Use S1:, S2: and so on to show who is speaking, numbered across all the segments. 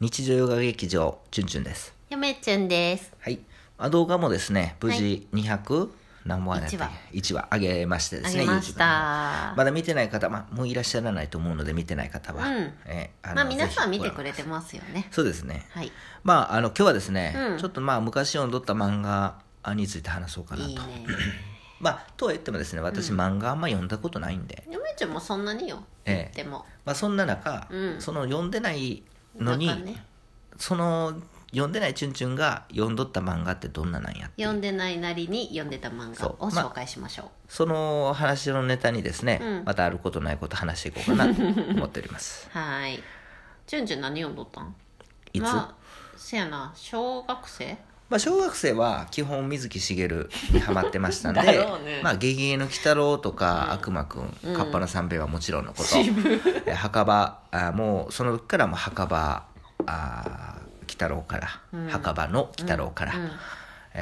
S1: 日常ヨガ劇場チュンチュンです
S2: やめちゅんです。
S1: はい、まあ、動画もですね無事200、何本やったっけ1話上げましてで
S2: あ
S1: すね
S2: げまし
S1: YouTube の
S2: た。
S1: まだ見てない方、まあ、もういらっしゃらないと思うので見てない方は、
S2: うん
S1: えーの
S2: まあ皆さん
S1: ぜひ
S2: 見
S1: ご覧
S2: てくれてますよね。
S1: そうですね
S2: はい。
S1: まああの今日はですね、
S2: うん
S1: ちょっとまあ昔読んどった漫画について話そうかなと
S2: いいね。
S1: まあとは言ってもですね私漫画あんま読んだことないんで、
S2: やめちゅんもそんなによ。
S1: ええ
S2: でも。
S1: まあ、そんな中、
S2: うん
S1: その読んでないのに、
S2: だからね
S1: その読んでないチュンチュンが読んどった漫画ってどんななんやっていう
S2: 読んでないなりに読んでた漫
S1: そ
S2: 画
S1: う
S2: を紹介しましょう。
S1: その話のネタにですね、
S2: うん
S1: またあることないこと話していこうかなと思っております
S2: はーい。ちゅんちゅん何読んどったん
S1: いつ、
S2: まあ、せやな、小学生
S1: まあ、小学生は基本水木しげるにハマってま したんで
S2: だろうね
S1: まあ「ゲゲゲの鬼太郎」とか「悪魔くん」「カッパの三兵衛」はもちろんのこと、え墓場あもうその時からもう墓場あ鬼太郎から、墓場の鬼太郎から、
S2: うん。
S1: えー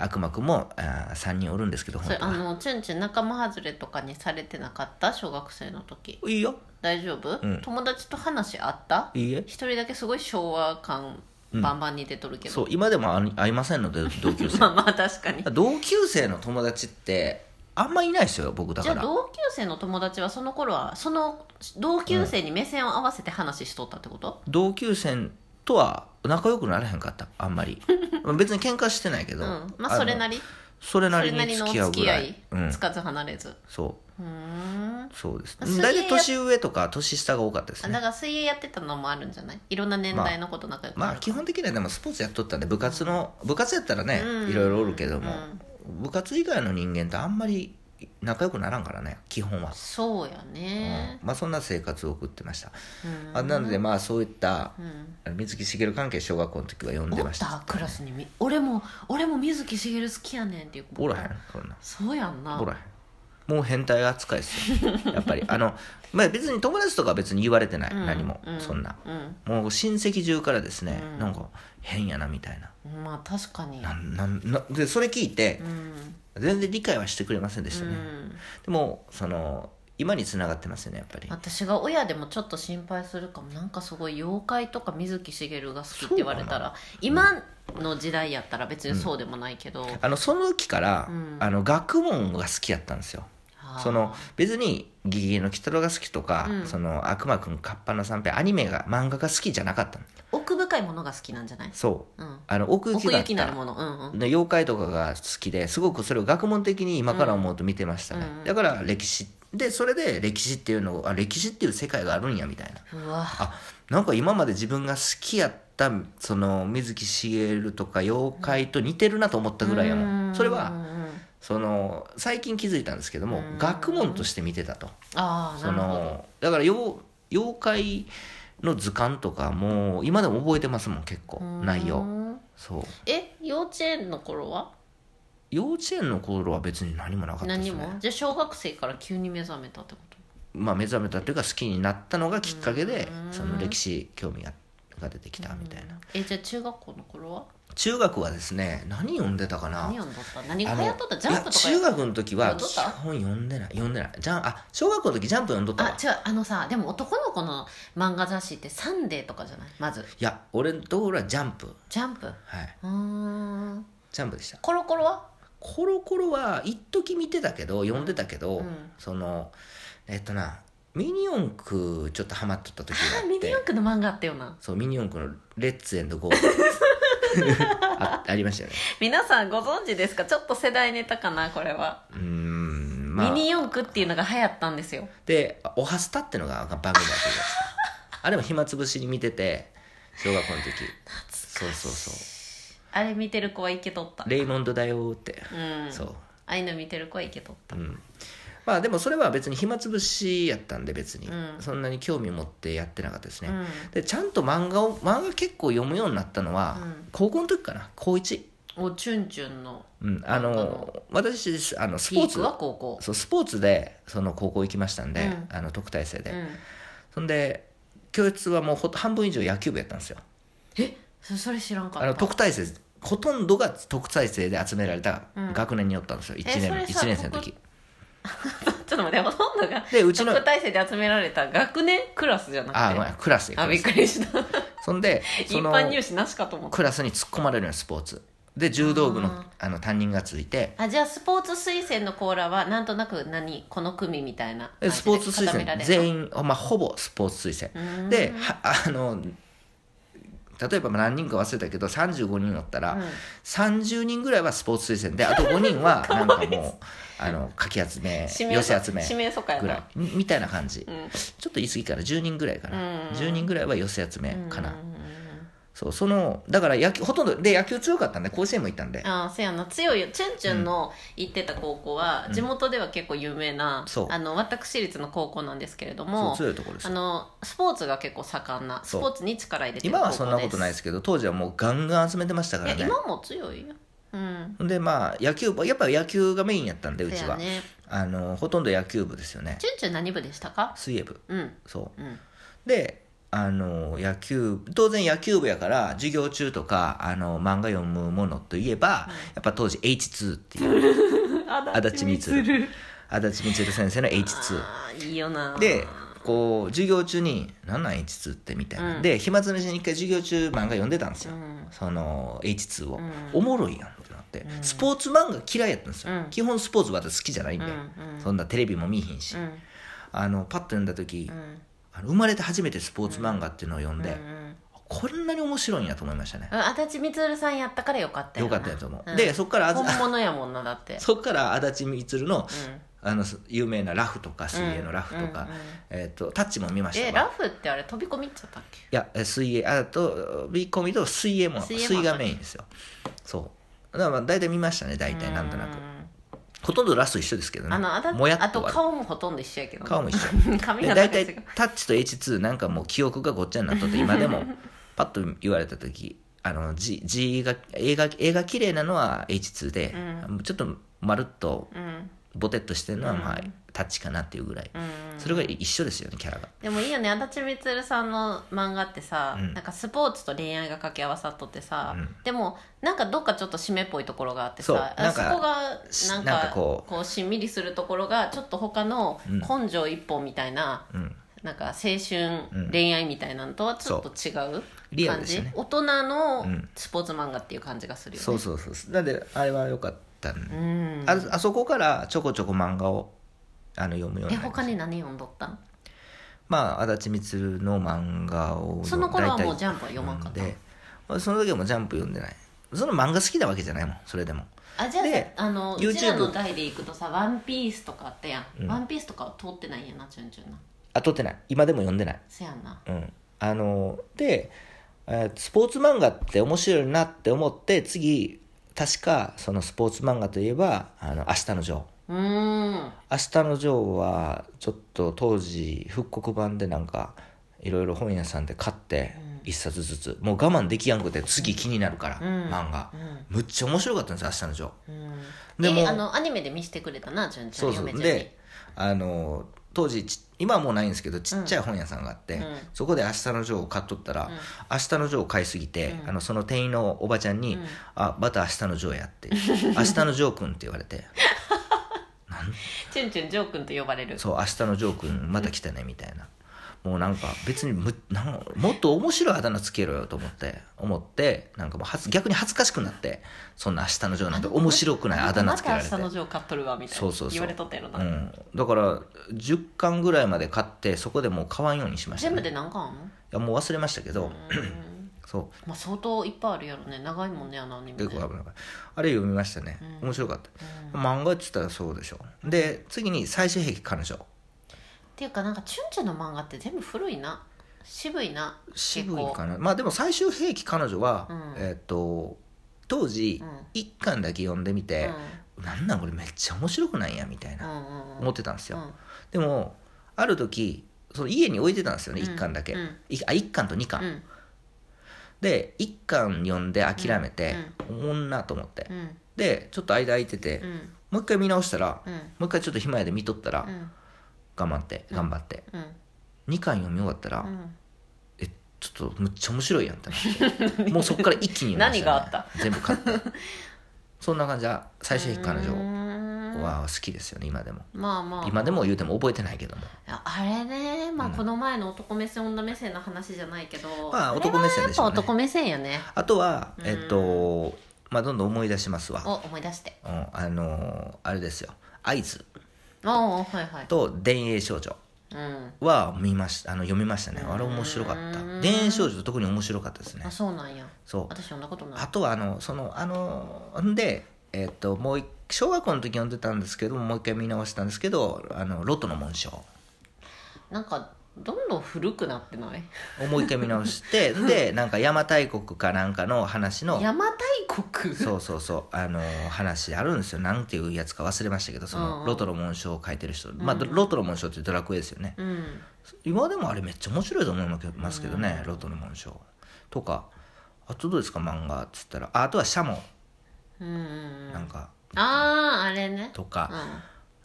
S1: 悪魔くんもあ3人おるんですけど
S2: そ
S1: 本
S2: れ
S1: 当
S2: あ
S1: は
S2: の、ちゅんちゅん仲間外れとかにされてなかった小学生の時。
S1: いいよ
S2: 大丈夫、
S1: うん
S2: 友達と話あった
S1: いいえ
S2: 一人だけすごい昭和感バンバンに出とるけど、
S1: そう今でもあ会いませんので同級生
S2: まあまあ確かに
S1: 同級生の友達ってあんまいないですよ僕だ
S2: じゃ
S1: から
S2: あ同級生の友達はその頃はその同級生に目線を合わせて話しとったってこと、
S1: 同級生とは仲良くなれへんかったあんま りまあ別に喧嘩してないけ
S2: う
S1: ど、
S2: んまあそれな
S1: り
S2: り
S1: それ
S2: そ
S1: な
S2: れ
S1: り
S2: な
S1: に
S2: りの
S1: 付
S2: お
S1: き合うぐ
S2: 付き合
S1: ら
S2: い
S1: い、うん
S2: つ、かず離れず
S1: そう
S2: ーん
S1: そうです
S2: 水泳
S1: 大体年上とか年下が多かったです
S2: あ
S1: ね
S2: だから水泳やってたのもあるんじゃないいろんな年代のこと仲良くな
S1: まあ
S2: る
S1: 基本的にはでもスポーツやっとったんで部活の部活やったらね、
S2: うん
S1: いろいろおるけども、部活以外の人間とあんまり仲良くならんからね基本は、
S2: そうやね
S1: うんまあそんな生活を送ってました、
S2: うん、
S1: あなのでまあそういった
S2: うん
S1: あの水木しげる関係小学校の時は読んで
S2: お
S1: ま
S2: っ
S1: した
S2: たクラスにみ俺も俺も水木しげる好きやねんっていう子
S1: おらへんそんな
S2: そうやんな
S1: おらへんもう変態扱いですよやっぱりあの、まあ、別に友達とかは別に言われてない、
S2: うん
S1: 何も、
S2: うん
S1: そんな
S2: うん
S1: もう親戚中からですね、
S2: うん
S1: なんか変やなみたいな
S2: まあ確かに
S1: なんなんなでそれ聞いて
S2: うん
S1: 全然理解はしてくれませんでし
S2: う
S1: たね、
S2: ん
S1: でもその今につながってますよねやっぱり
S2: 私が親でもちょっと心配するかもなんかすごい妖怪とか水木しげるが好きって言われたら今の時代やったら別にそうでもないけど、
S1: あのその時から、
S2: うん
S1: あの学問が好きやったんですよ
S2: あー
S1: その別に「ギリギリの鬼太郎」が好きとか、
S2: うん
S1: その悪魔くんカッパの三平アニメが漫画が好きじゃなかったの
S2: 奥深いものが好きなんじゃない、
S1: そう
S2: うん、
S1: あの奥行き
S2: 奥
S1: があ
S2: 行
S1: っ
S2: きな
S1: た
S2: るものうんうん
S1: で妖怪とかが好きですごくそれを学問的に今から思うと見てましたね、
S2: うん
S1: だから歴史でそれで歴史っていうのをあ歴史っていう世界があるんやみたいな
S2: うわ
S1: あなんか今まで自分が好きやったその水木しげるとか妖怪と似てるなと思ったぐらいやも
S2: うんん
S1: それ
S2: う
S1: は
S2: んうん
S1: その最近気づいたんですけども
S2: うん
S1: 学問として見てたと
S2: ああ
S1: そ
S2: なるほど
S1: のだから妖妖怪の図鑑とかもう今でも覚えてますもん結構内
S2: う
S1: 容
S2: ん
S1: そう
S2: え幼稚園の頃は
S1: 幼稚園の頃は別に何もなかったです
S2: 何
S1: ね
S2: もじゃあ小学生から急に目覚めたってこと
S1: まあ目覚めたというか好きになったのがきっかけで
S2: うん
S1: その歴史興味がが出てきたみたいな
S2: えじゃあ中学校の頃は
S1: 中学はですね何読んでたかな
S2: 何読んどった何
S1: あ
S2: が
S1: の
S2: 流行っとったジャンプとか
S1: いや中学の時は
S2: 読んど
S1: 基
S2: った
S1: 本読んでない読んでないジャンあ小学校の時ジャンプ読んどったわ
S2: あ違うあのさでも男の子の漫画雑誌って「サンデー」とかじゃないまず
S1: いや俺のところはジャンプ
S2: ジャンプう
S1: はい
S2: ーん
S1: ジャンプでした
S2: コロコロは
S1: コロコロは一時見てたけど読んでたけど、
S2: うん
S1: そのえっとなミニ四駆ちょっとハマっとった時が
S2: あ
S1: あ
S2: ミ
S1: っ
S2: ニ
S1: て
S2: 四駆の漫画あったよな
S1: そうミニ四駆のレッツエンドゴ ーあありましたよね
S2: 皆さんご存知ですかちょっと世代ネタかなこれは、
S1: うーんまあ
S2: ミニ四駆っていうのが流行ったんですよ
S1: で「おはスタ」ってのが番組だったじゃないですかあれも暇つぶしに見てて小学校の時そうそうそ
S2: あれ見てる子はいけとった
S1: う「レイモンドだよ」って、
S2: うん
S1: そう
S2: ああいうの見てる子はいけとった
S1: うんまあでもそれは別に暇つぶしやったんで別に、
S2: うん
S1: そんなに興味持ってやってなかったですね、
S2: うん
S1: でちゃんと漫画を漫画結構読むようになったのは、
S2: うん
S1: 高校の時かな高一
S2: おチュンチュンの
S1: うんあの私あのス
S2: ピ
S1: ポー
S2: ーク
S1: ツ
S2: は高校
S1: そうスポーツでその高校行きましたんで、
S2: うん
S1: あの特待生で、
S2: うん
S1: そんで教室はもうほ半分以上野球部やったんですよ
S2: えそそれ知らんかった
S1: あの特待生ほとんどが特待生で集められた学年によったんですよ、一
S2: えそ
S1: 年
S2: れさ
S1: 一年生の時
S2: ちょっと待って、ほとんどが
S1: でうちの
S2: 特待生で集められた学年クラスじゃなくて。
S1: ああごめんクラスで
S2: あびっくりした。
S1: そんで
S2: 一
S1: その
S2: 般入試なしかと思った
S1: クラスに突っ込まれるのよスポーツで柔道部の
S2: あ
S1: あの担任がついて
S2: あじゃあスポーツ推薦のコーラはなんとなく何この組みたいな
S1: でスポーツ推
S2: 感
S1: 薦
S2: じで
S1: 全員、まあ、ほぼスポーツ推
S2: 固
S1: 薦
S2: められる
S1: で
S2: う
S1: はあの例えば何人か忘れたけど35人だったら、
S2: ーんうん
S1: 30人ぐらいはスポーツ推薦であと5人 はなんかもうあのかき集め
S2: 指名
S1: 寄せ集め
S2: 指名疎開
S1: ぐらい
S2: な
S1: みみたいな感じ、
S2: うん
S1: ちょっと言い過ぎかな10人ぐらいかな、
S2: うん
S1: 10人ぐらいは寄せ集めかな、
S2: うんうんうんうん
S1: そうそのだから野球ほとんどで野球強かったんで甲子園も行ったんで
S2: ああせやな強いよチュンチュンの行ってた高校は、地元では結構有名な、
S1: そう
S2: あの私立の高校なんですけれど
S1: そう
S2: も
S1: 強いところです
S2: あのスポーツが結構盛んなス
S1: そう
S2: ポーツに力入れてる
S1: 今はそんなことないですすけど当時はもうガンガン集めてましたか
S2: いや
S1: らね
S2: 今も強いようん
S1: でまあ野球部やっぱ野球がメインやったんでう
S2: せ
S1: ち
S2: や
S1: は、
S2: ね
S1: あのほとんど野球部ですよね
S2: チュンチュン何部でしたか
S1: 水泳部
S2: うん
S1: そう
S2: うん
S1: であの野球当然野球部やから授業中とかあの漫画読むものといえば、やっぱ当時 H2 っていう足立みつる足立みつる先生の H2
S2: あーいいよな
S1: でこう授業中に「なんなん H2 って」みたいな、
S2: うん
S1: で暇つぶしに一回授業中漫画読んでたんです
S2: う
S1: よ、
S2: ん
S1: その H2 を、
S2: うん
S1: おもろいやんってなって、
S2: うん
S1: スポーツ漫画嫌いやったんですよ、
S2: うん
S1: 基本スポーツ私好きじゃないん
S2: う
S1: で、
S2: んうん
S1: そんなテレビも見ひんし、
S2: うん
S1: あのパッと読んだ時、
S2: うん
S1: あの生まれて初めてスポーツ漫画っていうのを読んで、
S2: うん
S1: こんなに面白いんやと思いましたね、
S2: うん足立みつるさんやったからよかった
S1: よ
S2: よな
S1: かったやと思う、
S2: ん
S1: でそこからあず
S2: 本物やもんなだって
S1: そこから足立みつるの
S2: うん
S1: あの有名なラフとか水泳のラフとか、
S2: うんうんうん
S1: えっとタッチも見ましたわ
S2: えラフってあれ飛び込みっちゃったっけ
S1: いやえ水泳あとビーコミと水泳も
S2: 水
S1: 水
S2: 泳も
S1: がメインですよそうだからまあ大体見ましたね大体なんとなく
S2: うん
S1: ほとんどラスト一緒ですけどね
S2: あのあだ
S1: もやっ
S2: あ
S1: と
S2: と
S1: は
S2: 顔もほとんど一緒やけど
S1: 顔も一緒
S2: 髪
S1: で
S2: の
S1: 大
S2: 中違
S1: 体
S2: う
S1: タッチと H2 なんかもう記憶がごっちゃになっとって今でも パッと言われた時あの G, G が映画映画綺麗なのは H2 で、ちょっとまるっと
S2: うん
S1: ボテっとしてるのは、まあ、タッチかなっていうぐらい、
S2: うん
S1: それが一緒ですよねキャラが
S2: でもいいよね足立みつるさんの漫画ってさ、
S1: うん
S2: なんかスポーツと恋愛が掛け合わさっとってさ、
S1: うん
S2: でもなんかどっかちょっと締めっぽいところがあって
S1: そう
S2: さあ
S1: なん
S2: そ
S1: か
S2: こが
S1: し
S2: なんか
S1: なんかこ
S2: こうしんみりするところがちょっと他の
S1: うん
S2: 根性一本みたいな、
S1: うん
S2: なんか青春恋愛みたいなのとはちょっと違う
S1: リアル
S2: 感
S1: です
S2: じ、
S1: よね
S2: 大人の
S1: うん
S2: スポーツ漫画っていう感じがするよね
S1: そうそうそうなんであれは良かったんで
S2: うん
S1: ああそこからちょこちょこ漫画をあの読むようになり
S2: え
S1: ま
S2: 他
S1: した
S2: に何読んどったの
S1: まあ足立光の漫画を
S2: その頃はもう
S1: 大体
S2: ジャンプは読まんかった
S1: 読んでまあその時はもうジャンプ読んでないその漫画好きなわけじゃないもんそれでも
S2: あじゃあさ
S1: で
S2: あの
S1: YouTube
S2: うちらの代で行くとさ「ワンピースとかあったやん、
S1: うん
S2: ワンピースとかは通ってないんやなチュンチュンな
S1: あ撮ってない今でも読んでない
S2: せやんな
S1: うんあので、えースポーツ漫画って面白いなって思って次確かそのスポーツ漫画といえば「あの明日のジョー」
S2: うーん
S1: 「明日のジョー」はちょっと当時復刻版でなんかいろいろ本屋さんで買って1冊ずつもう我慢できやんくて次気になるから、
S2: ん
S1: 漫画、
S2: うん
S1: むっちゃ面白かったんですよ「明日のジョー」
S2: うん
S1: でも
S2: えあのアニメで見せてくれたなチュンチュ
S1: そ
S2: ン
S1: うそう
S2: 嫁ちゃんに
S1: であの当時ち今はもうないんですけどちっちゃい本屋さんがあって、
S2: うん
S1: そこで「明日のジョー」を買っとったら「明日のジョー」を買いすぎて、あのその店員のおばちゃんに「あまた明日のジョーや」って「明日のジョーくん」って言われて
S2: チュンチュンジョー君と呼ばれる
S1: そう明日のジョー君また来たねみたいなもうなんか別にむなんもっと面白いあだ名つけろよと思って思ってなんかもうはず逆に恥ずかしくなってそんな明日のジョーなんて面白くないあだ名つけられて
S2: また明日のジョー買っとるわみたいな
S1: そうそうそう
S2: 言われとったやろな、
S1: うん、だから10巻ぐらいまで買ってそこでもう買わんようにしました、
S2: 全部
S1: ね、
S2: で何巻あんの
S1: いやもう忘れましたけど、そう
S2: まあ相当いっぱいあるやろね長いもんねあのアニメ
S1: 結構
S2: ね
S1: 危なかったあれ読みましたね、面白かった、漫画っつったらそうでしょで次に「最終兵器彼女
S2: っていうかなんかチュンチュンの漫画って全部古いな渋いな」
S1: 渋
S2: 結
S1: い
S2: 構
S1: かなまあでも「最終兵器彼女は」
S2: うん
S1: えーっと当時
S2: うん
S1: 1巻だけ読んでみて、
S2: う
S1: なんなんこれめっちゃ面白くないやみたい
S2: ん
S1: な
S2: うんうんうん
S1: 思ってたんですよ、
S2: うん
S1: でもある時その家に置いてたんですよね
S2: うん
S1: 1巻だけ、
S2: うん
S1: いあ1巻と2巻、
S2: うん
S1: で1巻読んで諦めて、おもんなと思って、
S2: うん
S1: でちょっと間空いてて、
S2: うん
S1: もう一回見直したら、
S2: うん
S1: もう一回ちょっと暇やで見とったら、
S2: うん
S1: 頑張って頑張って、
S2: うん
S1: 2巻読み終わったら、
S2: ん
S1: えちょっとむっちゃ面白いやんってなって もうそこから一気に読みましたね
S2: 何があった
S1: 全部買ってそんな感じで最終兵器彼女
S2: うーん
S1: は好きですよね今でも
S2: まあまあ
S1: 今でも言うても覚えてないけども
S2: いやあれね、まあ、
S1: うん
S2: この前の男目線女目線の話じゃないけど、
S1: まあ
S2: れは
S1: 男目線
S2: や
S1: で
S2: っ
S1: しょ
S2: ぱ
S1: うね
S2: 男目線よね
S1: あとは
S2: うん
S1: えっとまあどんどん思い出します
S2: お
S1: わ、
S2: 思い出して
S1: うん、あのーあれですよ会津
S2: おおはいはい
S1: と「田園少女」
S2: うん
S1: は見ましたあの読みましたねあれ
S2: うん
S1: 面白かった田園少女特に面白かったですね
S2: あそうなんや
S1: そう
S2: 私読んだことない
S1: あとはあのそのあのんでえっともうい小学校の時読んでたんですけどもう一回見直したんですけど「あのロトの紋章
S2: なんかどんどん古くなってない」
S1: をもう一回見直して でなんか邪馬台国かなんかの話の
S2: 邪馬台国
S1: そうそうそうあの話あるんですよなんていうやつか忘れましたけどそ
S2: うんう
S1: の
S2: ん
S1: ロトの紋章を書いてる人、まあ、ドロトの紋章ってドラクエですよね
S2: うん
S1: 今でもあれめっちゃ面白いと思いますけどね、ロトの紋章とかあとどうですか漫画っつったらああとはシャモ
S2: うんうんうん
S1: なんか
S2: あああれね
S1: と
S2: う
S1: か
S2: ん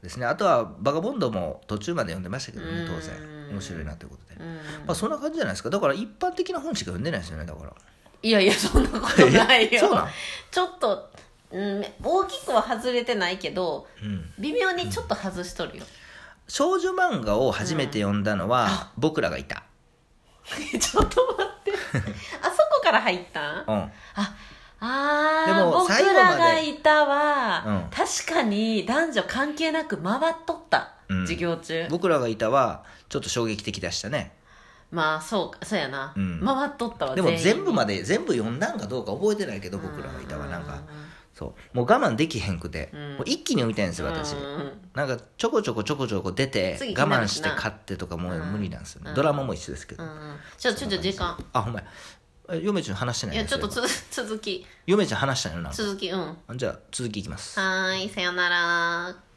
S1: ですね、あとは「バガボンド」も途中まで読んでましたけどね当
S2: う
S1: 然
S2: ん
S1: 面白いなということで、
S2: うん
S1: まあ、そんな感じじゃないですかだから一般的な本しか読んでないですよねだから
S2: いやいやそんなことない
S1: え
S2: よ
S1: そうなん
S2: ちょっと、うん、大きくは外れてないけど
S1: うん
S2: 微妙にちょっと外しとるよ、
S1: 少女漫画を初めて読んだのは「僕らがいた」
S2: ちょっと待って あそこから入ったん
S1: うん
S2: あ
S1: で
S2: あ
S1: も
S2: 僕
S1: 最後ま
S2: ら
S1: で
S2: がいたは、
S1: うん
S2: 確かに男女関係なく回っとった、
S1: うん
S2: 授業中
S1: 僕らがいたはちょっと衝撃的でしたね
S2: まあそうかそうやな、
S1: うん
S2: 回っとったわ
S1: でも全部ま
S2: で
S1: で全部読んだんかどうか覚えてないけど僕らがいたはなんかそうもう我慢できへんくて、
S2: うん
S1: もう一気に読みたいんですよ私、なんかちょこちょこちょこちょこ出て
S2: 次
S1: 我慢して
S2: 気になるしな
S1: 買ってとかもう無理なんですよね、
S2: うん
S1: ドラマも一緒ですけど、
S2: ちょちょっと時間
S1: あほんまやえ嫁ちゃん話してない
S2: い
S1: ね
S2: やちょっと
S1: そういえば
S2: つ続き
S1: 嫁ちゃん話したよな
S2: 続きうんは
S1: じゃあ続きいきます
S2: ーいさよなら